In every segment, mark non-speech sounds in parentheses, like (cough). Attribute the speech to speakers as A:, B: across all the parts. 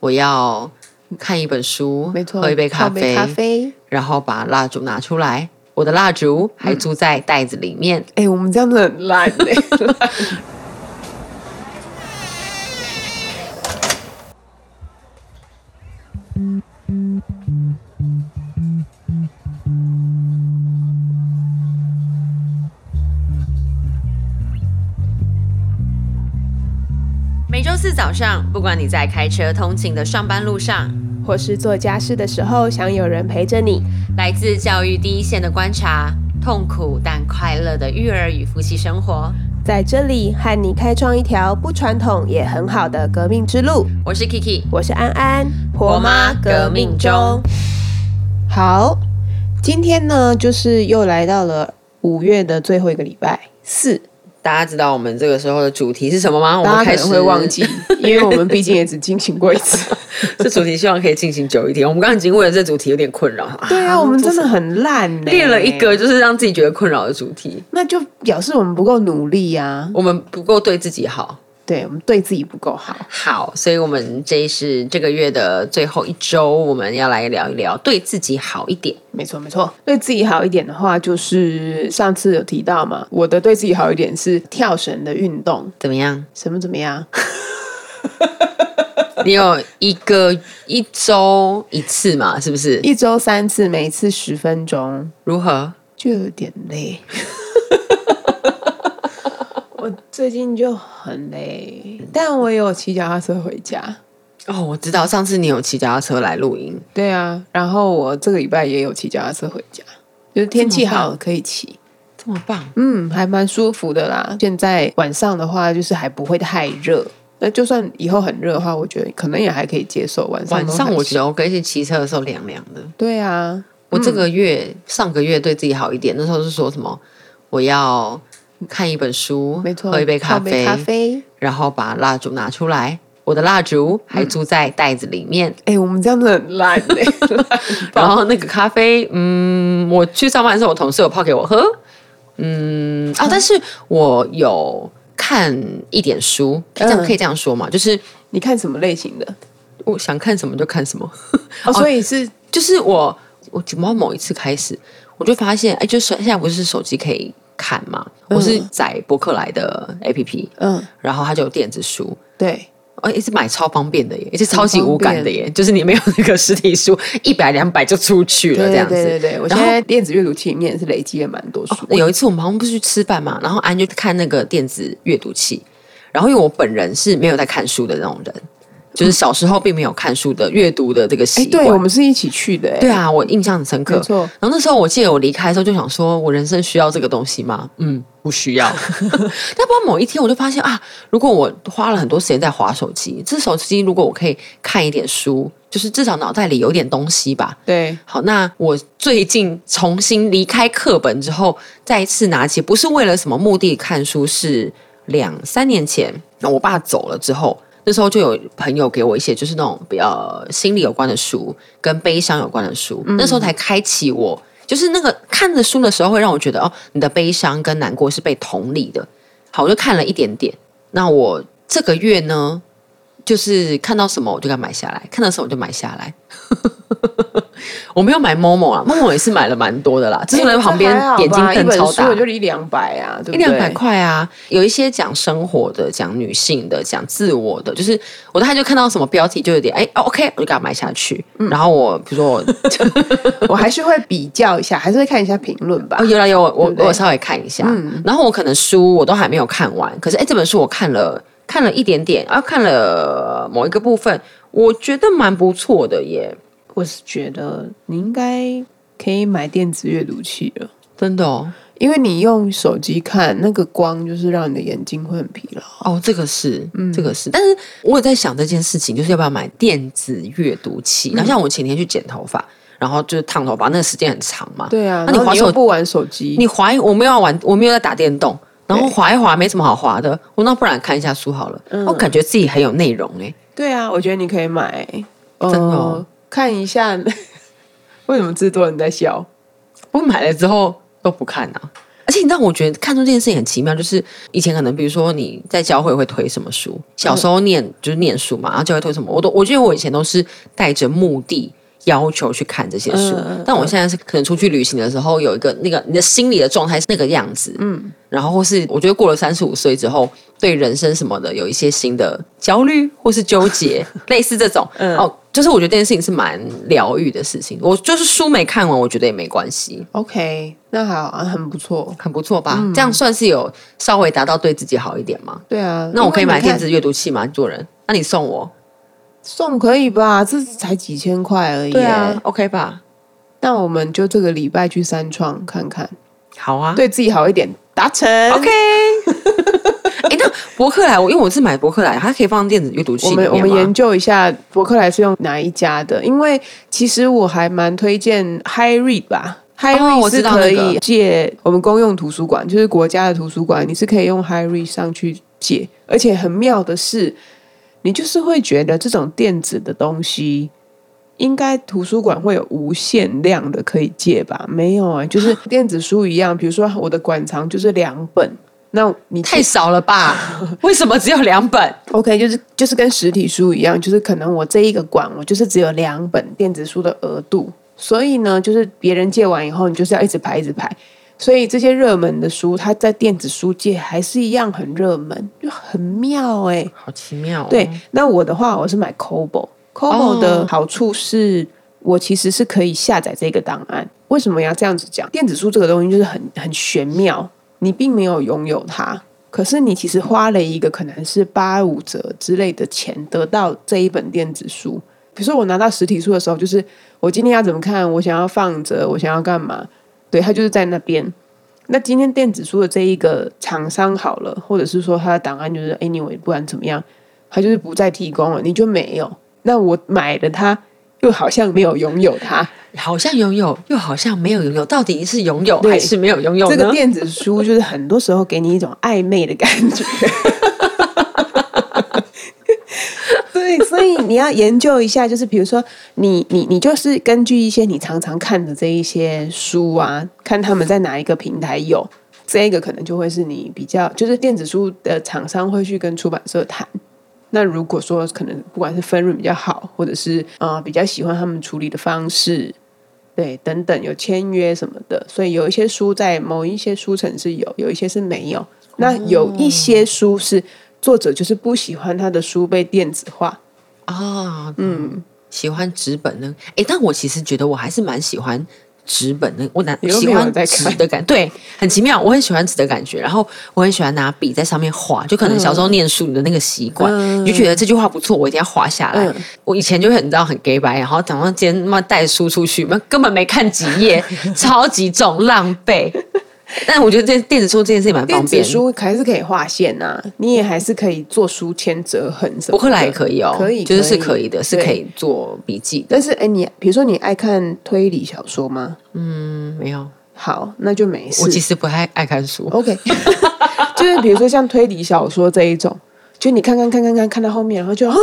A: 我要看一本书，
B: 没错，
A: 喝一杯咖
B: 泡杯
A: 啡，
B: 咖啡。
A: 然后把蜡烛拿出来。我的蜡烛还租在袋子里面，
B: 哎、我们这样子
A: (laughs)
B: 很烂 (laughs) 哎、
A: 每周四早上，不管你在开车通勤的上班路上，
B: 或是做家事的时候，想有人陪着你。
A: 来自教育第一线的观察，痛苦但快乐的育儿与夫妻生活。
B: 在这里和你开创一条不传统也很好的革命之路。
A: 我是 Kiki，
B: 我是安安，
A: 婆妈革命中。
B: 好，今天呢，就是又来到了五月的最后一个礼拜四，
A: 大家知道我们这个时候的主题是什么吗？我
B: 大
A: 们
B: 家
A: 开
B: 可
A: 始
B: 能会忘记，因为我们毕竟也只进行过一次。
A: (laughs) 这主题，希望可以进行久一点。我们刚刚已经为了这主题有点困
B: (laughs)
A: 扰，
B: 对啊，我们真的很烂、 (laughs) 欸，
A: 列了一，个就是让自己觉得困扰的主题。
B: 那就表示我们不够努力啊。
A: 我们不够对自己好，
B: 对，我们对自己不够好。
A: 好，所以我们这是这个月的最后一周，我们要来聊一聊对自己好一点。
B: 没错，没错。对自己好一点的话，就是上次有提到嘛，我的对自己好一点是跳绳的运动，
A: 怎么 (laughs) 样？
B: 什么怎么样？ (laughs)
A: 你有一个一周一次嘛？是不是？
B: 一周三次，每次十分钟，
A: 如何？
B: 就有点累。 (laughs) 我最近就很累，但我有骑脚踏车回家。
A: 哦，我知道，上次你有骑脚踏车来露营，
B: 对啊，然后我这个礼拜也有骑脚踏车回家，就是天气好可以骑，
A: 这么棒。
B: 嗯，还蛮舒服的啦。现在晚上的话，就是还不会太热。那就算以后很热的话，我觉得可能也还可以接受。晚上
A: 晚
B: 晚
A: 上我觉得我可以去骑车的时候凉凉的。
B: 对啊，
A: 我这个月、上个月对自己好一点，那时候是说什么？我要看一本书，
B: 没错，
A: 喝一杯咖
B: 泡杯
A: 啡，
B: 咖啡。
A: 然后把蜡烛拿出来。我的蜡烛还租在袋子里面，
B: 哎、我们这样子很烂
A: (laughs)
B: 哎、
A: 然后那个咖啡，嗯，我去上班的时候，我同事有泡给我喝，嗯啊，但是我有看一点书，这样
B: 嗯
A: 可以这样说嘛？就是
B: 你看什么类型的？
A: 我想看什么就看什么，
B: 哦，所以是
A: 就是我我怎么某一次开始，我就发现，哎，就是现在不是手机可以看嘛，我是载博客来的 APP，
B: 嗯，
A: 然后它就有电子书，
B: 对，
A: 而且是买超方便的耶，而且超级
B: 很方
A: 无感的耶，就是你没有那个实体书，一百两百就出去了
B: 对
A: 这
B: 对
A: 样子。
B: 对对对。我现
A: 然后
B: 在电子阅读器里面也是累积了蛮多书，
A: 哦
B: 啊
A: 有一次我们好像不是去吃饭嘛，然后安就看那个电子阅读器，然后因为我本人是没有在看书的那种人，就是小时候并没有看书的阅读的这个
B: 哎、
A: 习惯。
B: 对，我们是一起去的、哎，
A: 对啊，我印象很深刻。
B: 没错
A: 然后那时候我记得我离开的时候就想说，我人生需要这个东西吗？嗯，不需要。 (laughs) 但不知道某一天我就发现啊，如果我花了很多时间在划手机，这手机如果我可以看一点书，就是至少脑袋里有点东西吧。
B: 对，
A: 好，那我最近重新离开课本之后，再一次拿起，不是为了什么目的看书，是两三年前，那我爸走了之后，那时候就有朋友给我一些就是那种比较心理有关的书，跟悲伤有关的书，那时候才开启我。就是那个看着书的时候，会让我觉得哦，你的悲伤跟难过是被同理的。好，我就看了一点点。那我这个月呢，就是看到什么我就给它买下来，看到什么我就买下来。 (laughs) 我没有买 Momo 啊，Momo 也是买了蛮多的啦，只是在旁边
B: 哎这还好吧
A: 眼睛
B: 一
A: 瞪
B: 本
A: 超
B: 书
A: 大
B: 我，就一两百啊，对不
A: 一
B: 对？
A: 两百块啊。有一些讲生活的、讲女性的、讲自我的，就是我大概就看到什么标题就有点哎、哦 OK，我就给它买下去。
B: 嗯
A: 然后我比如说我
B: 我还是会比较一下，还是会看一下评论吧
A: 哦，。有了有我我
B: 对不对
A: 我稍微看一下，然后我可能书我都还没有看完，可是哎，这本书我看了看了一点点，然后看了某一个部分，我觉得蛮不错的耶，
B: 我是觉得你应该可以买电子阅读器了，
A: 真的哦，
B: 因为你用手机看那个光，就是让你的眼睛会很疲劳。
A: 哦，这个是，这个是，但是我有在想这件事情，就是要不要买电子阅读器？然后像我前天去剪头发，然后就是烫头发，那个时间很长嘛，
B: 对啊，
A: 那你
B: 然后
A: 滑
B: 你
A: 手
B: 又不玩手机，
A: 你滑一，我没有要玩，我没有在打电动，然后滑一滑没什么好滑的，我那不然看一下书好了，我感觉自己很有内容哎、
B: 对啊，我觉得你可以买，真
A: 的哦
B: 看一下 (laughs) 为什么这么多人在笑？
A: 我买了之后都不看啊。而且你知道，我觉得看书这件事情很奇妙，就是以前可能比如说你在教会会推什么书，小时候念、就是念书嘛，然后教会推什么，我都我觉得我以前都是带着目的。要求去看这些书，
B: 嗯嗯
A: 但我现在是可能出去旅行的时候有一个那个你的心理的状态是那个样子，嗯，然后或是我觉得过了三十五岁之后，对人生什么的有一些新的焦虑或是纠 (laughs) 结，类似这种，哦，就是我觉得这件事情是蛮疗愈的事情。我就是书没看完，我觉得也没关系，
B: OK，那还好，啊很不错。
A: 很不错吧？
B: 嗯
A: 这样算是有稍微达到对自己好一点吗？
B: 对啊，
A: 那我可以
B: 因为
A: 买
B: 你看
A: 电子阅读器吗？做人？那你送我？
B: 送可以吧？这才几千块而已。
A: ，OK 吧？
B: 那我们就这个礼拜去三创看看，
A: 好啊。
B: 对自己好一点，达成。
A: OK。哎、那博客来，我因为我是买博客来，它可以放电子阅读器
B: 我
A: 里
B: 们
A: 面
B: 我们
A: 吗
B: 研究一下博客来是用哪一家的，因为其实我还蛮推荐 High Read 吧。High
A: 哦我
B: Read
A: 知
B: 是
A: 道那
B: 可
A: 个
B: 以借我们公用图书馆，就是国家的图书馆，你是可以用 High Read 上去借，而且很妙的是，你就是会觉得这种电子的东西，应该图书馆会有无限量的可以借吧？没有啊、就是电子书一样，比如说我的馆藏就是两本，那你借
A: 太少了
B: (laughs)
A: 吧？为什么只有两本？
B: OK，就是就是跟实体书一样，就是可能我这一个馆我就是只有两本电子书的额度，所以呢，就是别人借完以后，你就是要一直排一直排。所以这些热门的书，它在电子书界还是一样很热门，就很妙哎、
A: 好奇妙、哦。
B: 对，，那我的话，我是买 Kobo，Kobo 的好处是、我其实是可以下载这个档案。为什么要这样子讲？电子书这个东西就是很很玄妙，你并没有拥有它，可是你其实花了一个可能是八五折之类的钱得到这一本电子书。比如说我拿到实体书的时候，就是我今天要怎么看，我想要放着，我想要干嘛，对，它就是在那边。那今天电子书的这一个厂商好了，或者是说它的档案就是 anyway，不管怎么样，它就是不再提供了，你就没有。那我买了它，又好像没有拥有它。
A: 好像拥有，又好像没有拥有，到底是拥有
B: 对
A: 还是没有拥有呢？
B: 这个电子书就是很多时候给你一种暧昧的感觉。 (laughs) 对，所以你要研究一下，就是比如说你你你就是根据一些你常常看的这一些书啊，看他们在哪一个平台有，这一个可能就会是你比较就是电子书的厂商会去跟出版社谈。那如果说可能不管是分润比较好，或者是啊、呃比较喜欢他们处理的方式，对，等等有签约什么的，所以有一些书在某一些书城是有，有一些是没有。那
A: 哦
B: 有一些书是作者就是不喜欢他的书被电子化，
A: 啊，嗯，喜欢纸本呢？哎，但我其实觉得我还是蛮喜欢纸本的，我难
B: 你又
A: 喜
B: 没有
A: 欢
B: 在
A: 纸
B: 看
A: 的感，对，很奇妙，我很喜欢纸的感觉，然后我很喜欢拿笔在上面画，就
B: 嗯
A: 可能小时候念书你的那个习惯，你就觉得这句话不错，我一定要画下来。
B: 嗯
A: 我以前就会很你知道很 gay 白，然后早上今天妈带书出去，妈根本没看几
B: (laughs)
A: 页，超级重，浪费。但我觉得这电子书这件事情蛮
B: 电
A: 方
B: 子
A: 便，
B: 书还是可以划线呐、你也还是可以做书签折痕什么的。
A: 博客来也可以哦，
B: 可以，
A: 就是是可以的，是可。
B: 对
A: 以做笔记的。
B: 但是哎，你比如说你爱看推理小说吗？
A: 嗯，没有。
B: 好，那就没事。
A: 我其实不太爱看书，
B: OK，就是比如说像推理小说这一种，就你看看看看看看到后面，然后就啊，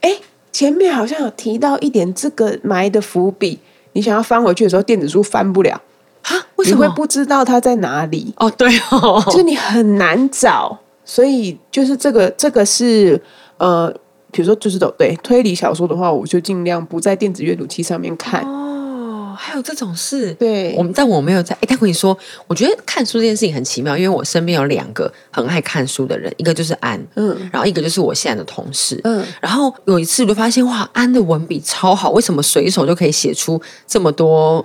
B: 哎，前面好像有提到一点这个埋的伏笔，你想要翻回去的时候，电子书翻不了，
A: 啊？为
B: 你
A: 什
B: 会
A: 么
B: 不知道它在哪里，
A: 哦，对
B: 就
A: 哦，
B: 是你很难找。所以就是这个，这个是呃，比如说就是都对推理小说的话，我就尽量不在电子阅读器上面看。
A: 哦，还有这种事。
B: 对
A: 我，们但我没有在。哎，但我跟你说，我觉得看书这件事情很奇妙，因为我身边有两个很爱看书的人，一个就是安，
B: 嗯
A: 然后一个就是我现在的同事，
B: 嗯
A: 然后有一次我就发现，哇，安的文笔超好，为什么随手就可以写出这么多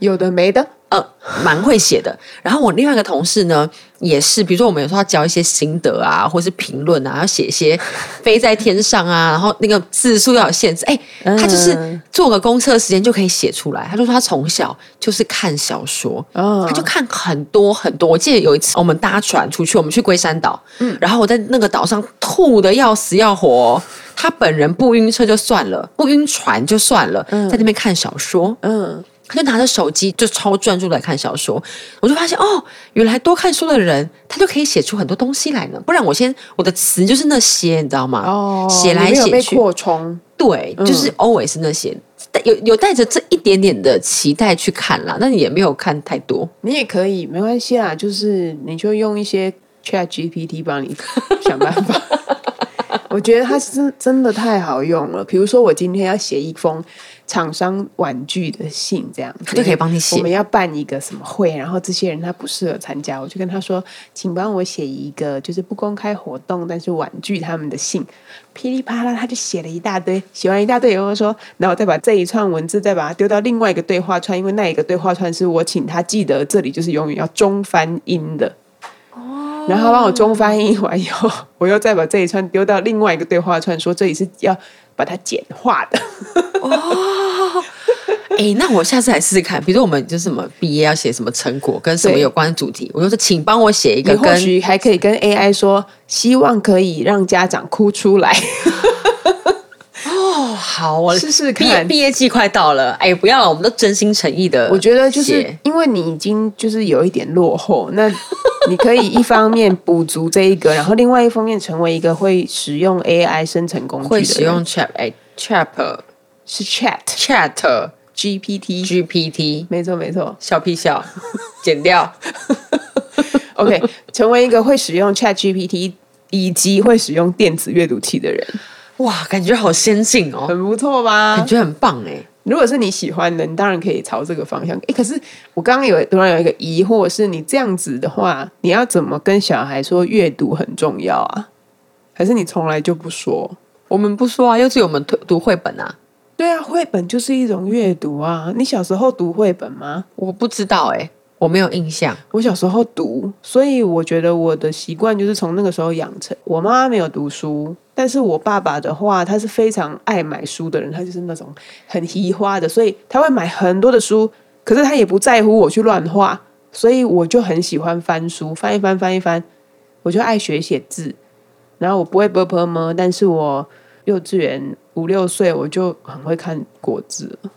B: 有的没的，
A: 呃，蛮会写的。然后我另外一个同事呢，也是，比如说我们有时候要教一些心得啊，或是评论啊，要写一些飞在天上啊，然后那个字数要有限制。哎，他就是
B: 嗯
A: 做个公测时间就可以写出来。他就说他从小就是看小说，
B: 嗯
A: 他就看很多很多。我记得有一次我们搭船出去，我们去龟山岛，然后我在那个岛上吐的要死要活哦、他本人不晕车就算了，不晕船就算了，在那边看小说，
B: 嗯，
A: 他就拿着手机就超专注地来看小说，我就发现哦，原来多看书的人，他就可以写出很多东西来呢。不然我先我的词就是那些，你知道吗？
B: 哦，
A: 写来
B: 你没有
A: 写
B: 被
A: 去，
B: 扩充，嗯
A: 对，就是 always 那些。有有带着这一点点的期待去看啦，但也没有看太
B: (laughs)
A: 多。
B: 你也可以，没关系啦，啊就是你就用一些 Chat GPT 帮你想办法。 (laughs) 我觉得它真真的太好用了。比如说，我今天要写一封厂商婉拒的信，这样子
A: 就可以帮你写
B: 我们要办一个什么会，然后这些人他不适合参加，我就跟他说，请帮我写一个就是不公开活动，但是婉拒他们的信。噼里啪啦，他就写了一大堆，写完一大堆以后说，然后再把这一串文字再把它丢到另外一个对话串，因为那一个对话串是我请他记得这里就是永远要中翻音的。然后他帮我中翻译完以后，我又再把这一串丢到另外一个对话串，说这里是要把它简化的。
A: 哎，那我下次来试试看。比如说我们就是什么毕业要写什么成果，跟什么
B: 对
A: 有关的主题，我就说请帮我写一
B: 你
A: 个
B: 或
A: 跟
B: 许还可以跟 AI 说，希望可以让家长哭出来。
A: 哦，好，我
B: 试试
A: 毕业
B: 看
A: 毕业季快到了，哎，不要了，我们都真心诚意的。
B: 我觉得就是
A: 写
B: 因为你已经就是有一点落后，
A: (laughs)
B: 那你可以一方面补足这一个，然后另外一方面成为一个会使用 AI 生成工具的
A: 会
B: 人，
A: 使用 Chat 哎 Chat
B: 是 Chat
A: Chat
B: GPT。
A: GPT
B: 没错，没错。
A: 笑屁笑，剪掉。
B: OK，成 (laughs) 为一个会使用 Chat GPT 以及会使用电子阅读器的人，
A: (laughs) 哇，感觉好先进哦，
B: 很不错吧
A: 感？觉很棒哎。
B: 如果是你喜欢的，你当然可以朝这个方向。诶，可是我刚刚有突然有一个疑惑，是你这样子的话，你要怎么跟小孩说阅读很重要啊？还是你从来就不说？
A: 我们不说啊，幼稚园我们读读绘本啊，
B: 对啊，绘本就是一种阅读啊。你小时候读绘本吗？
A: 我不知道哎、我没有印象。
B: 我小时候读，所以我觉得我的习惯就是从那个时候养成。我妈妈没有读书，但是我爸爸的话，他是非常爱买书的人，他就是那种很稀花的，所以他会买很多的书，可是他也不在乎我去乱画，所以我就很喜欢翻书，翻一翻，翻一翻，我就爱学写字。然后我不会 b p m，但是我幼稚园五六岁我就很会看国字了。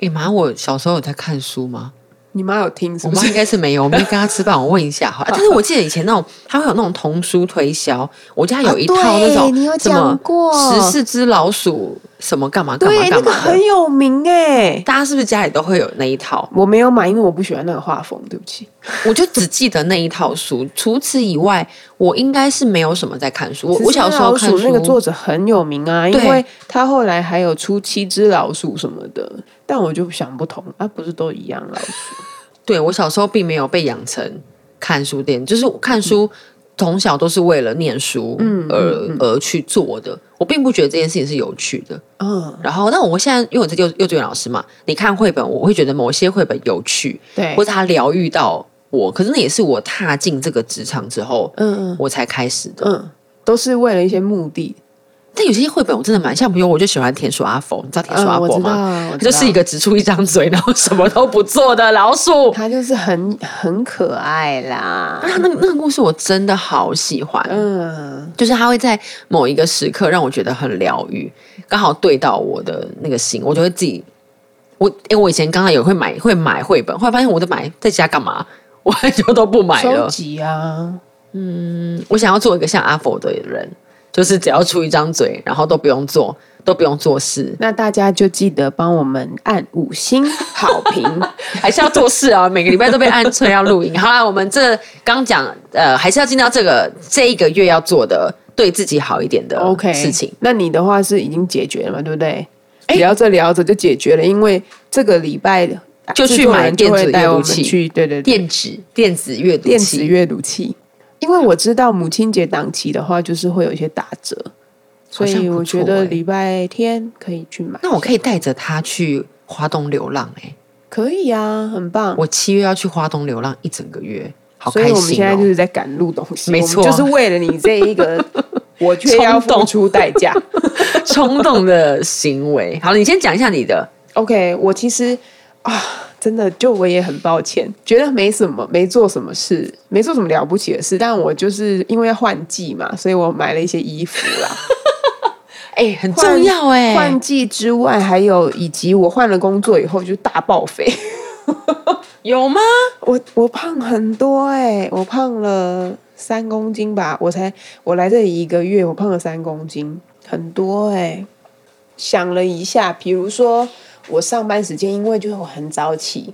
A: 哎、妈，我小时候有在看书吗？
B: 你妈有听是
A: 我
B: 不
A: 妈
B: 是
A: 应？该是没有，我没跟她吃 (laughs) 饭，我问一下哈、啊但是我记得以前那种，她会有那种童书推销，我家有一套
B: 啊对
A: 那种、
B: 你有
A: 什么
B: 讲过
A: 十四只老鼠什么干嘛
B: (laughs)
A: 干嘛
B: 对，那
A: 干
B: 个
A: 嘛的、
B: 很有名哎、
A: 大家是不是家里都会有那一套？
B: 我没有买，因为我不喜欢那个画风，对不起。
A: 我就只记得那一套书，除此以外，我应该是没有什么在看书。我我小时候看书，
B: 只是老鼠那个作者很有名啊，因
A: 对
B: 为他后来还有出七只老鼠什么的，但我就想不通啊，不是都一样老
A: (laughs)
B: 鼠？
A: 对我小时候并没有被养成看书店，就是我看书从小都是为了念书
B: 嗯
A: 而、而去做的。我并不觉得这件事情是有趣的。
B: 嗯，
A: 然后，那我现在因为我是幼幼稚园老师嘛，你看绘本，我会觉得某些绘本有趣，
B: 对
A: 或，者它疗愈到我。可是那也是我踏进这个职场之后，
B: 嗯嗯
A: 我才开始的。
B: 嗯，都是为了一些目的。
A: 但有些绘本我真的蛮像，比如我就喜欢田鼠阿佛，你知道田鼠阿
B: 嗯，我
A: 佛
B: 知道
A: 吗？
B: 啊，我
A: 它
B: 知道
A: 就是一，个只出一张嘴，然后什么都不做的老鼠。
B: 他就是很很可爱
A: (laughs)
B: 啦。
A: 啊，那个那个故事我真的好喜欢，
B: 嗯，
A: 就是它会在某一个时刻让我觉得很疗愈，刚好对到我的那个心，我就会自己。我因为我以前刚刚也会买会买绘本，后来发现我在买在家干嘛， (laughs) 我很久都不买
B: 收
A: 了。
B: 集啊，
A: 我想要做一个像阿佛的人，就是只要出一张嘴，然后都不用做，都不用做事，
B: 那大家就记得帮我们按五星好
A: (laughs)
B: 评。 (laughs)
A: 还是要做事啊！每个礼拜都被按催要录影。好啦，我们这刚讲呃，还是要进到这个这一个月要做的对自己好一点的
B: OK
A: 事情。。
B: 那你的话是已经解决了嘛，对不对？聊着聊着就解决了，因为这个礼拜
A: 就去
B: 制作人
A: 买
B: 就
A: 电
B: 会
A: 子
B: 带
A: 阅
B: 我
A: 读
B: 们
A: 器
B: 去对对对
A: 电子电子阅读
B: 电
A: 器
B: 子阅读器。因为我知道母亲节档期的话，就是会有一些打折，所
A: 好像
B: 以
A: 不错
B: 我觉得
A: 欸
B: 礼拜天可以去买。
A: 那我可以带着他去花东流浪哎、
B: 可以啊，很棒。
A: 我七月要去花东流浪一整个月，好
B: 所
A: 开
B: 以我们
A: 心
B: 现在
A: 哦！
B: 就是在赶路东西，
A: 没错
B: 我们就是为了你这一
A: (laughs)
B: 个，我却要
A: 冲动
B: 付出代价。
A: (laughs) 冲动的行为。好了，你先讲一下你的，
B: OK，我其实啊，真的就我也很抱歉，觉得没什么，没做什么事，没做什么了不起的事，但我就是因为要换季嘛，所以我买了一些衣服啦。
A: 哎、很
B: 换
A: 重要哎、
B: 换季之外，还有以及我换了工作以后就大报废，
A: 有吗？
B: 我我胖很多哎、我胖了三公斤吧，我才我来这里一个月，我欸胖了三公斤，很多哎、想了一下，比如说我上班时间，因为就是我很早起，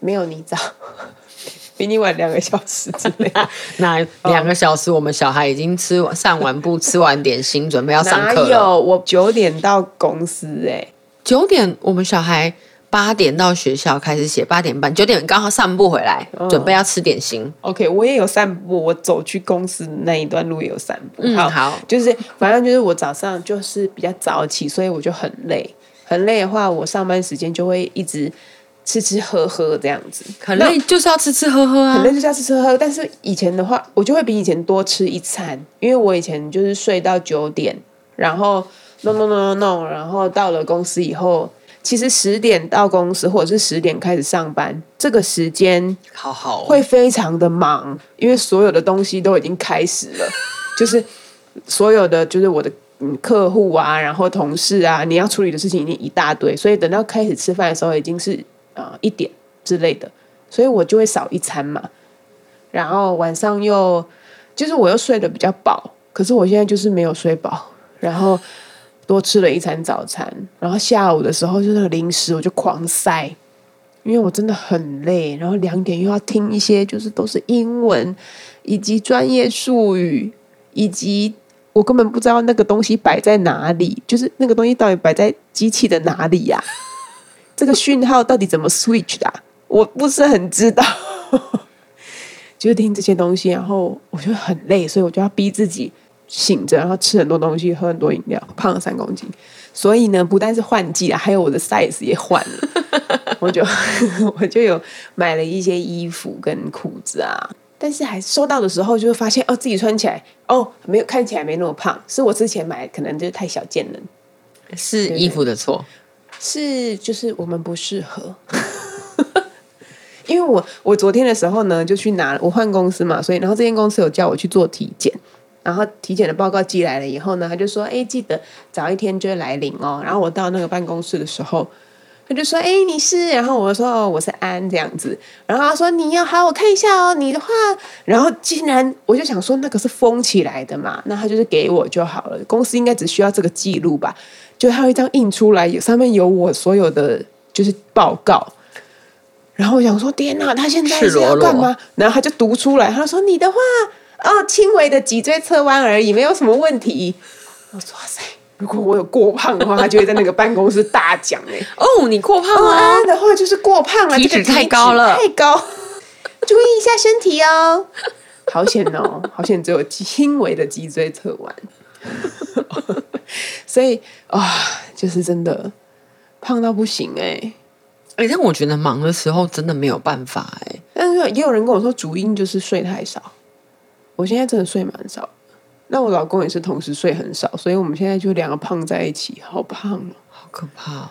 B: 没有你早， (laughs) 比你晚两个小时之类的。
A: 那两个小时，我们小孩已经吃完上完步，吃完点心，准 (laughs) 备要上
B: 哪
A: 课了。
B: 有？我九点到公司哎、
A: 九点，我们小孩八点到学校开始写，八点半九点刚好散步回来，
B: 哦
A: 准备要吃点心。
B: OK，我也有散步，我走去公司的那一段路也有散步。
A: 嗯
B: 好，
A: 好
B: 就是反正就是我早上就是比较早起，所以我就很累。很累的话，我上班时间就会一直吃吃喝喝这样子。
A: 可能就是要吃吃喝喝
B: 那
A: 啊
B: 很累，就是要吃吃喝喝。但是以前的话，我就会比以前多吃一餐，因为我以前就是睡到九点，然后弄弄弄弄弄，然后到了公司以后，其实十点到公司或者是十点开始上班，这个时间
A: 好好哦、
B: 会非常的忙，因为所有的东西都已经开始了，就是所有的就是我的嗯客户啊，然后同事啊，你要处理的事情已经一大堆，所以等到开始吃饭的时候已经是啊一、点之类的，所以我就会少一餐嘛，然后晚上又就是我又睡得比较饱，可是我现在就是没有睡饱，然后。多吃了一餐早餐，然后下午的时候就是零食，我就狂塞，因为我真的很累，然后两点又要听一些就是都是英文，以及专业术语，以及我根本不知道那个东西摆在哪里，就是那个东西到底摆在机器的哪里呀、 (laughs) 这个讯号到底怎么 switch 的啊、我不是很知道。 (laughs) 就是听这些东西，然后我就很累，所以我就要逼自己醒着，然后吃很多东西，喝很多饮料，胖了三公斤。所以呢，不但是换季啊，还有我的 size 也换了。 (laughs) 我就我就有买了一些衣服跟裤子啊，但是还收到的时候就会发现哦，自己穿起来哦，没有看起来没那么胖，是我之前买可能就是太小见人，
A: 是衣服的错。
B: 是就是我们不适合。 (laughs) 因为我我昨天的时候呢，就去拿我换公司嘛，所以然后这间公司有叫我去做体检，然后体检的报告寄来了以后呢，他就说，哎，记得早一天就会来领哦。然后我到那个办公室的时候，他就说，哎，你是？然后我就说，哦，我是安这样子。然后他说，你要好，我看一下哦，你的话，然后竟然我就想说，那个是封起来的嘛，那他就是给我就好了，公司应该只需要这个记录吧。就还有一张印出来，有上面有我所有的就是报告。然后我想说，天哪，他现在
A: 赤
B: 是要
A: 裸裸
B: 干嘛？然后他就读出来，他说你的话，哦，轻微的脊椎侧弯而已，没有什么问题。我说哇塞，如果我有过胖的话，他就会在那个办公室大讲哎、
A: 哦，你过胖
B: 哦，
A: 了、
B: 安的话就是过胖了，
A: 体
B: 这个
A: 脂太高了
B: 体脂太高， (laughs) 注意一下身体哦。好险哦，好险，只有轻微的脊椎侧弯。 (laughs) 所以啊、就是真的胖到不行哎、
A: 哎、但我觉得忙的时候真的没有办法哎、
B: 但是也有人跟我说，主因就是睡太少。我现在真的睡蛮少的，那我老公也是同时睡很少，所以我们现在就两个胖在一起，好胖哦，
A: 好可怕哦。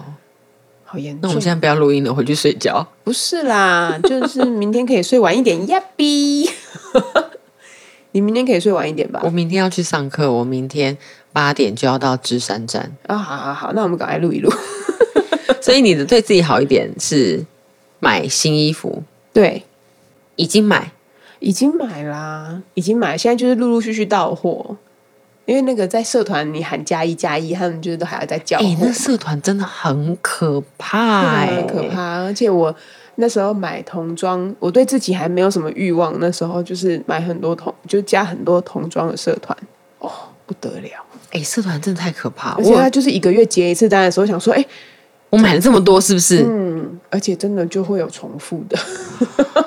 B: 好严重。哦
A: 那我们现在不要录音了，回去睡觉。
B: 不是啦， (laughs) 就是明天可以睡晚一点，呀比。 (laughs) 你明天可以睡晚一点吧
A: 我？明天要去上课，我明天八点就要到芝山站，
B: 啊，好好好，那我们赶快录一录。 (laughs)
A: 所以你的对自己好一点是买新衣服，
B: 对，
A: 已经买，
B: 已经买啦，已经买，现在就是陆陆续续到货。因为那个在社团，你喊加一加一，他们就是都还要再叫
A: 哎、
B: 货，
A: 那社团真的很可怕、哎，
B: 很可。怕。而且我那时候买童装，我对自己还没有什么欲望，那时候就是买很多童，就加很多童装的社团，哦，不得了。
A: 哎、社团真的太可怕。
B: 而且他
A: 我
B: 就是一个月结一次单的时候，想说，哎、
A: 我买了这么多，是不是？
B: 嗯，而且真的就会有重复的，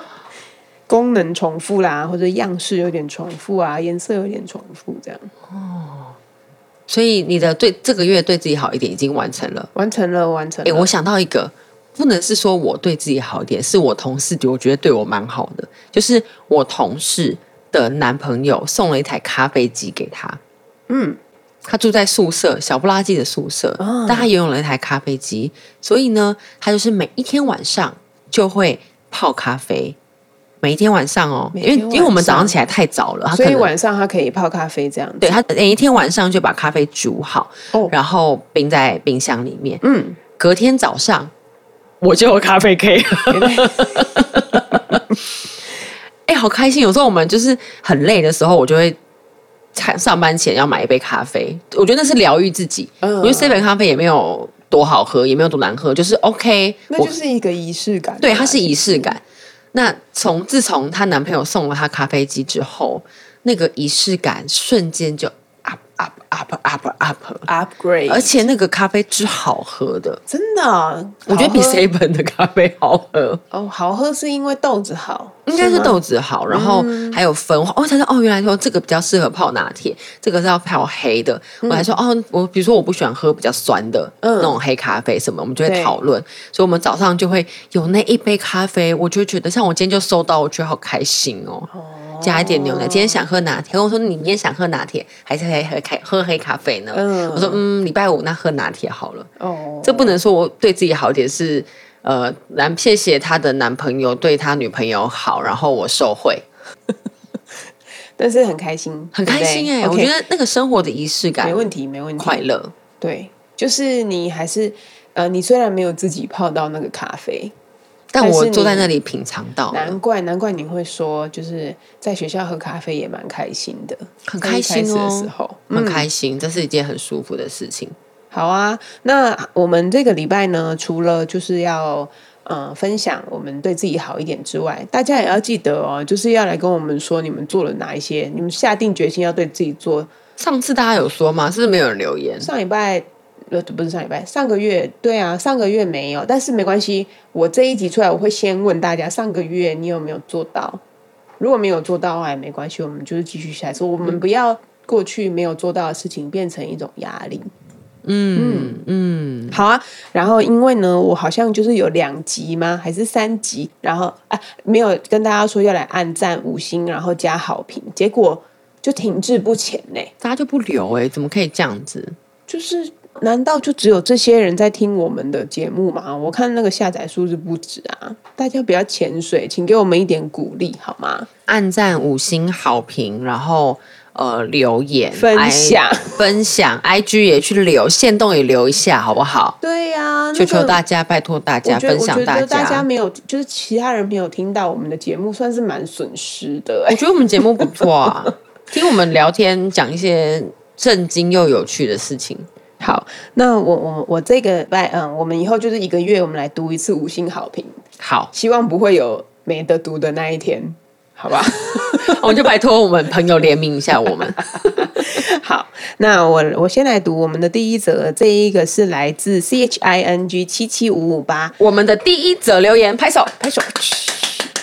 B: (laughs) 功能重复啦，或者样式有点重复啊，颜色有点重复，这样
A: 所以你的对这个月对自己好一点已经完成了。
B: 完成了，完成
A: 哎、
B: 了。
A: 我想到一个，不能是说我对自己好一点，是我同事我觉得对我蛮好的，就是我同事的男朋友送了一台咖啡机给他。
B: 嗯，
A: 他住在宿舍，小不拉几的宿舍，
B: 哦
A: 但他拥有了一台咖啡机，所以呢，他就是每一天晚上就会泡咖啡。每一天晚上哦，
B: 每
A: 因
B: 天
A: 为
B: 晚上
A: 因为我们早上起来太早了，他
B: 所
A: 可
B: 以
A: 能
B: 晚上他可以泡咖啡这样子。
A: 对他每一天晚上就把咖啡煮好，
B: 哦
A: 然后冰在冰箱里面。 (laughs)
B: 嗯，
A: 隔天早上我就有咖啡可以喝。
B: 原来
A: 哎、好开心！有时候我们就是很累的时候，我就会上上班前要买一杯咖啡，我觉得那是疗愈自己。
B: 嗯
A: 我觉得 seven 咖啡也没有多好喝，也没有多难喝，就是 OK
B: (laughs) 那
A: 我。
B: 就是一个仪式感。啊
A: 对，它是仪式感。那从自从她男朋友送了她咖啡机之后，那个仪式感瞬间就 up up up up up，
B: upgrade，
A: 而且那个咖啡是好喝的，
B: 真的啊，
A: 我觉得比
B: 好喝
A: seven 的咖啡好喝，
B: 哦好喝是因为豆子好，
A: (laughs) 应该是嗯
B: 吗
A: 豆子好，然后还有分化。我才知道哦，原来说这个比较适合泡拿铁，这个是要泡黑的。我还说哦，我比如说我不喜欢喝比较酸的、
B: 嗯
A: 那种黑咖啡什么，我们就会
B: 对
A: 讨论。所以我们早上就会有那一杯咖啡，我就会觉得像我今天就收到，我觉得好开心哦。加一点牛奶，今天想喝拿铁。我说你今天想喝拿铁，还是黑喝开喝黑咖啡呢？
B: 嗯
A: 我说嗯，礼拜五那喝拿铁好了。
B: 哦，
A: 这不能说我对自己好一点是，呃，男谢谢她的男朋友对她女朋友好，然后我受惠，
B: 但是很开心，
A: 很开心哎、
B: 哎，
A: 我觉得那个生活的仪式感，
B: 没问题，没问题，
A: 快乐。
B: 对，就是你还是呃，你虽然没有自己泡到那个咖啡，
A: 但
B: 但
A: 我
B: 是你
A: 坐在那里品尝到了
B: 难怪难怪你会说，就是在学校喝咖啡也蛮开心的，
A: 很
B: 在
A: 开
B: 一
A: 心
B: 开始的
A: 哦
B: 时候，嗯
A: 很开心，这是一件很舒服的事情。
B: 好啊，那我们这个礼拜呢，除了就是要呃分享我们对自己好一点之外，大家也要记得哦，就是要来跟我们说你们做了哪一些，你们下定决心要对自己做。
A: 上次大家有说吗？是不是没有人留言？
B: 上礼拜呃不是上礼拜，上个月对啊，上个月没有，但是没关系，我这一集出来我会先问大家上个月你有没有做到，如果没有做到哎没关系，我们就是继续下一次，我们不要过去没有做到的事情变成一种压力。
A: 嗯嗯，
B: 好啊，然后因为呢，我好像就是有两集吗？还是三集？然后啊，没有跟大家说要来按赞五星，然后加好评，结果就停滞不前呢、
A: 大家就不留哎、怎么可以这样子？
B: 就是难道就只有这些人在听我们的节目吗？我看那个下载数字不止啊！大家不要潜水，请给我们一点鼓励好吗？
A: 按赞五星好评，然后呃留言
B: 分
A: I- (laughs)
B: 享
A: 分享，IG 也去留，线动也留一下好不好？
B: 对呀、那
A: 求
B: 个
A: 求大家，拜托大家
B: 我觉得
A: 分享
B: 我觉得
A: 家。
B: 大家没有，就是其他人没有听到我们的节目，算是蛮损失的、哎
A: 我觉得我们节目不错
B: (laughs)
A: 啊，听我们聊天讲一些震惊又有趣的事情。
B: 好，那我我我这个礼拜，嗯，我们以后就是一个月，我们来读一次五星好评，
A: 好， (laughs)
B: 希望不会有没得读的那一天，好吧？
A: 我们就拜托我们朋友联名一下我们。
B: (laughs) 好，那我我先来读我们的第一则，这一个是来自 C H I N G 七七五五八，
A: 我们的第一则留言，拍手拍手。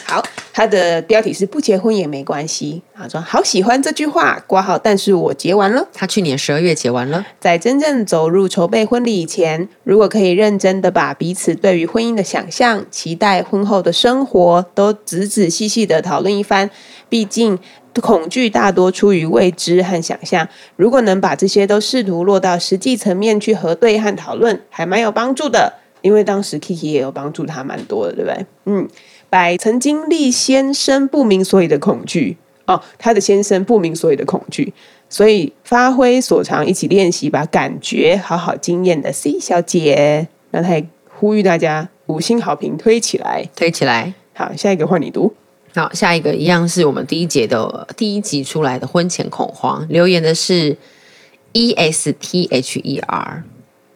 B: 好，它的标题是不结婚也没关系，他说好喜欢这句话，挂号，但是我结完了。
A: 他去年十二月结完了，
B: 在真正走入筹备婚礼以前，如果可以认真的把彼此对于婚姻的想象、期待、婚后的生活都仔仔细细的讨论一番，毕竟恐惧大多出于未知和想象。如果能把这些都试图落到实际层面去核对和讨论，还蛮有帮助的。因为当时 Kiki 也有帮助他蛮多的，对不对？嗯，百曾经历先生不明所以的恐惧哦，他的先生不明所以的恐惧，所以发挥所长，一起练习，把感觉好好经验的 C 小姐，那她也呼吁大家五星好评推起来。
A: 推起来。
B: 好，下一个换你读。
A: 好，下一个一样是我们第一节的呃第一集出来的婚前恐慌，留言的是 E S T H E R，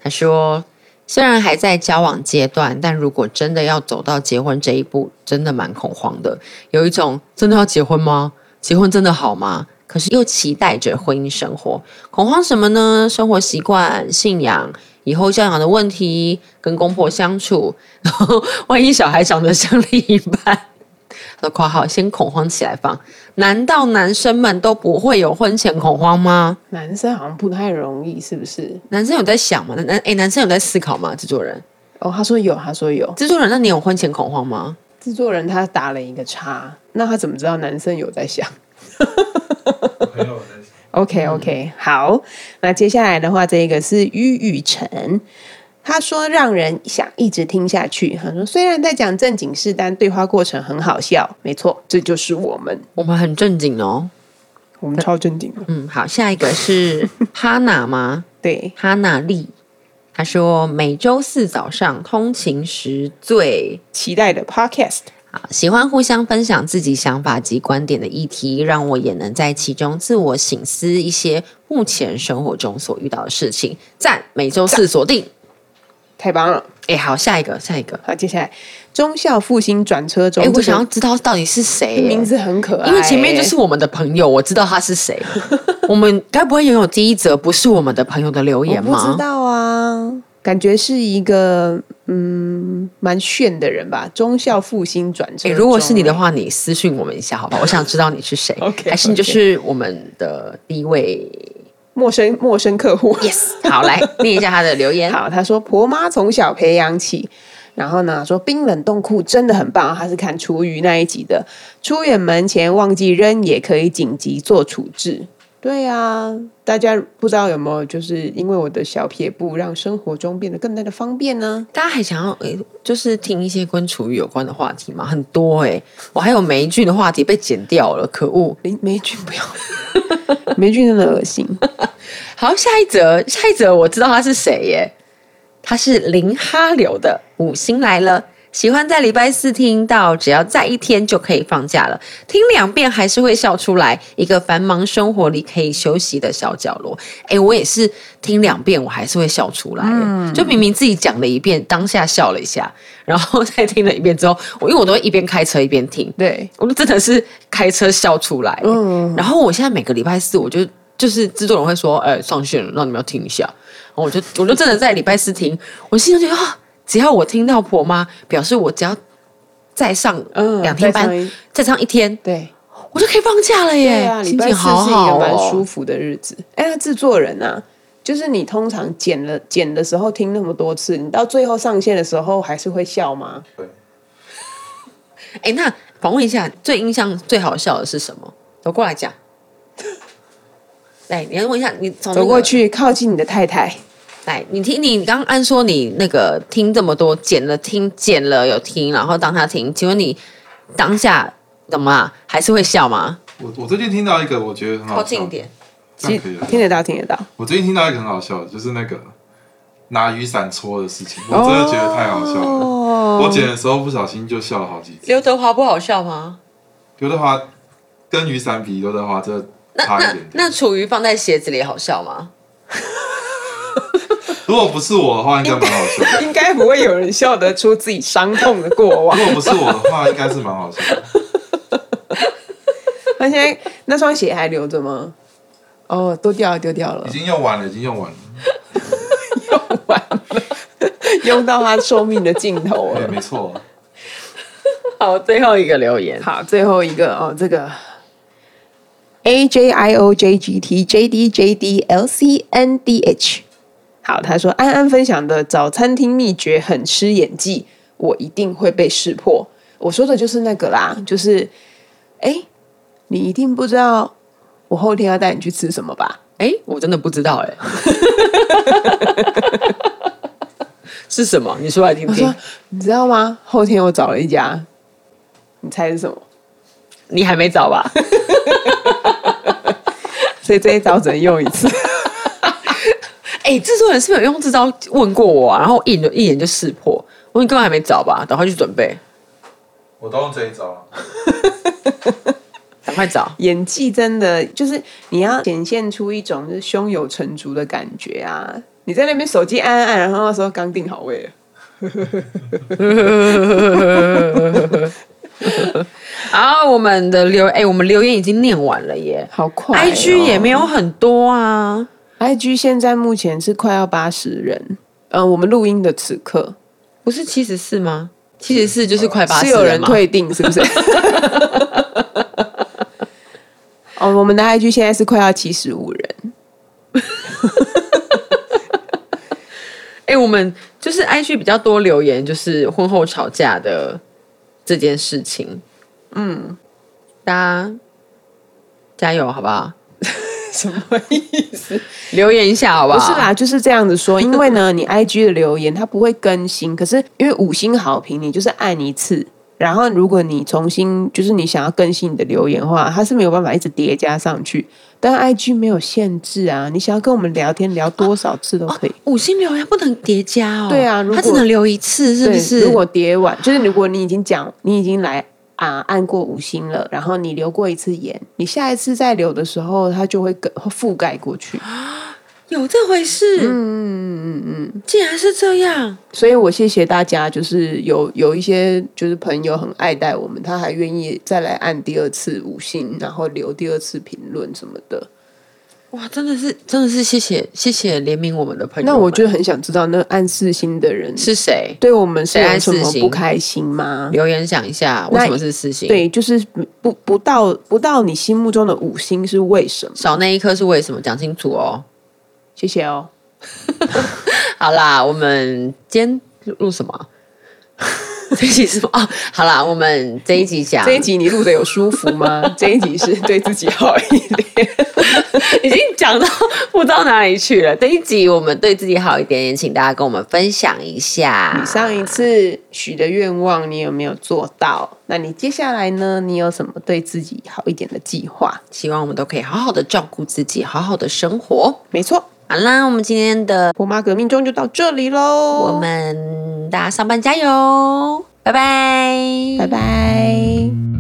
A: 他说虽然还在交往阶段，但如果真的要走到结婚这一步，真的蛮恐慌的，有一种真的要结婚吗？结婚真的好吗？可是又期待着婚姻生活，恐慌什么呢？生活习惯、信仰、以后教养的问题、跟公婆相处，然后万一小孩长得像另一半。的括号先恐慌起来放。难道男生们都不会有婚前恐慌吗？
B: 男生好像不太容易，是不是？
A: 男生有在想吗？男男哎，男生有在思考吗？制作人，
B: 哦，他说有，他说有。
A: 制作人，那你有婚前恐慌吗？
B: 制作人他打了一个叉，那他怎么知道男生有在想？(laughs)
C: 朋友的
B: OK OK，、好，那接下来的话，这个是于雨辰，他说让人想一直听下去。他说虽然在讲正经事，但对话过程很好笑。没错，这就是我们，
A: 我们很正经哦。
B: 我们超正经的。
A: 嗯，好，下一个是哈娜吗？
B: 对，
A: 哈娜丽，她说每周四早上通勤时最啊
B: 期待的 Podcast，
A: 喜欢互相分享自己想法及观点的议题，让我也能在其中自我省思一些目前生活中所遇到的事情。赞，每周四锁定。
B: 太棒了！
A: 哎，好，下一个，下一个。
B: 好，接下来忠孝复兴转车中，
A: 哎，我
B: 这个
A: 想要知道到底是谁耶
B: 名字很可爱，
A: 因为前面就是我们的朋友，我知道他是
B: (laughs)
A: 谁。我们该不会拥有第一则不是我们的朋友的留
B: 我
A: 言
B: 不知
A: 吗？哎
B: 道啊，感觉是一个嗯蛮炫的人吧，忠孝复兴转
A: 诶
B: 车中。
A: 如果是你的话，你私信我们一下，好不好？我想知道你是谁
B: 哎 (laughs) OK，
A: 还是你就
B: OK
A: 是我们的第一
B: (laughs)
A: 位
B: 陌生陌生客户， (laughs)
A: ？Yes，好，来念一下他的留言。
B: 好，他说婆妈从小培养起，然后呢说冰冷冻库真的很棒，他是看厨余那一集的。出远门前忘记扔也可以紧急做处置。对啊，大家不知道有没有就是因为我的小撇步，让生活中变得更加的方便呢？
A: 大家还想要诶，就是听一些跟厨艺有关的话题吗？很多诶，我还有霉菌的话题被剪掉了，可恶！
B: 霉霉菌不要， (laughs) 霉菌真的恶心。
A: 好，下一则，下一则我知道他是谁耶，他是林哈流的五星来了。喜欢在礼拜四听到，只要在一天就可以放假了。听两遍还是会笑出来，一个繁忙生活里可以休息的小角落。哎，我也是听两遍，我还是会笑出来耶。就明明自己讲了一遍，当下笑了一下，然后再听了一遍之后，我因为我都会一边开车一边听，
B: 对，
A: 我就真的是开车笑出来。
B: 嗯
A: 然后我现在每个礼拜四，我就就是制作人会说，哎、上线了，让你们要听一下。然后我就我就真的在礼拜四听，我心中就啊，只要我听到婆妈，表示我只要再上
B: 嗯，
A: 两天班，
B: 再上一
A: 再上一天，
B: 对。
A: 我就可以放假了
B: 对
A: 耶，
B: 啊，礼
A: 心
B: 拜四
A: 情
B: 是
A: 好
B: 一
A: 好、
B: 个
A: 哦，
B: 蛮舒服的日子。哎，那制作人啊，就是你通常剪了剪的时候听那么多次，你到最后上线的时候还是会笑吗？
C: 对，
A: 哎，那访问一下，最印象最好笑的是什么？走过来
B: (laughs)
A: 讲。来，你要问一下，你从、
B: 走过，去靠近你的太太，
A: 来，你听，你刚刚按说你那个听这么多，剪了听，剪了有听，然后当下听，请问你当下怎么啦？还是会笑吗？
C: 我我最近听到一个，我觉得很好
A: 靠
C: 笑，
A: 近一点，
C: 这
B: 其
C: 样可以啊
B: 实
C: 了。
B: 听得到，听得到。
C: 我最近听到一个很好笑的，就是那个拿雨伞搓的事情，我真的觉得太好笑了。我
B: 哦，
C: 剪的时候不小心就笑了好几次。
A: 刘德华不好笑吗？
C: 刘德华跟雨伞比，刘德华真的
A: 那
C: 差一
A: 那
C: 点点。
A: 那楚瑜放在鞋子里好笑吗？
C: 如果不是我的话，应该蛮好笑的。
B: 应该不会有人笑得出自己伤痛的过往
C: (laughs) 如。果不是我的话，应该是蛮好笑的。
B: 那现在那双鞋还留着吗？哦，都掉了，丢掉了
C: 已，经用完了，已经用完了，
B: 用完了， (laughs) 用到它寿命的尽头
C: 哎、
B: 了。
C: 没错。
A: 好，最后一个留言，
B: 好，最后一个哦，这个 A J I O J G T J D J D L C N D H。好，他说安安分享的早餐厅秘诀很吃演技，我一定会被识破。我说的就是那个啦，就是哎，你一定不知道我后天要带你去吃什么吧？
A: 哎，我真的不知道 (laughs) 哎，是什么？你说来听
B: 我
A: 听
B: 说。你知道吗？后天我找了一家，你猜是什么？
A: 你还没找吧？
B: 所以这一招只能用一次。
A: (laughs) 哎、制作人是不是有用这招问过我啊？然后我一眼就一眼就识破，我说你根本还没找吧？赶快去准备，
C: 我都用这一招，啊
A: 赶快找。
B: 演技真的就是你要显现出一种就是胸有成竹的感觉啊！你在那边手机按按按，然后那时候刚定好位了，
A: 好，我们的留哎、我们留言已经念完了耶。
B: 好快、
A: IG 也没有很多啊，
B: ，IG 现在目前是快要八十人。嗯，我们录音的此刻
A: 不是七十四吗？七十四就是快八
B: 是
A: 十
B: 有人
A: 嘛。
B: 退订，是
A: (laughs)
B: 不是？哦，我们的 IG 现在是快要七十五人，
A: 哎、我们就是 IG 比较多留言，就是婚后吵架的这件事情。嗯，大家加油好不好？
B: (laughs) 什么意思？
A: 留言一下好不好？
B: 不是啦，就是这样子说，因为呢，你 IG 的留言它不会更新，可是因为五星好评，你就是按一次，然后如果你重新就是你想要更新你的留言的话，它是没有办法一直叠加上去。但 IG 没有限制啊，你想要跟我们聊天聊多少次都可以。
A: 五星留言不能叠加哦。
B: 对啊如果
A: 他只能留一次，是
B: 对，
A: 不是？
B: 如果叠完，就是如果你已经讲，你已经来啊、按过五星了，然后你留过一次言，你下一次再留的时候，它就会更覆盖过去。
A: 有这回事，
B: 嗯嗯嗯嗯，
A: 竟然是这样。
B: 所以我谢谢大家，就是有有一些就是朋友很爱戴我们，他还愿意再来按第二次五星，然后留第二次评论什么的。
A: 哇，真的是，真的是谢谢谢谢怜悯我们的朋友们。
B: 那我就很想知道，那按四星的人
A: 是谁？
B: 对我们是
A: 谁按
B: 有什么
A: 四星
B: 不开心吗？
A: 留言讲一下为
B: 那
A: 什么是四星？，
B: 对，就是不不到不到你心目中的五星是为什么？
A: 少那一颗是为什么？讲清楚哦。
B: 谢谢哦。
A: 好啦，我们今天录什么 (laughs) 啊？这一集是什么？哦，好啦，我们这一集讲
B: 这一集你录的有舒服
A: (laughs)
B: 吗？这一集是对自己好一点。
A: 已经讲到不知道哪里去了。这一集我们对自己好一点，也请大家跟我们分享一下。
B: 你上一次许的愿望，你有没有做到？那你接下来呢？你有什么对自己好一点的计划？
A: 希望我们都可以好好的照顾自己，好好的生活。
B: 没错，
A: 好啦，我们今天的
B: 婆妈革命中就到这里喽。
A: 我们大家上班加油，拜拜，
B: 拜。拜。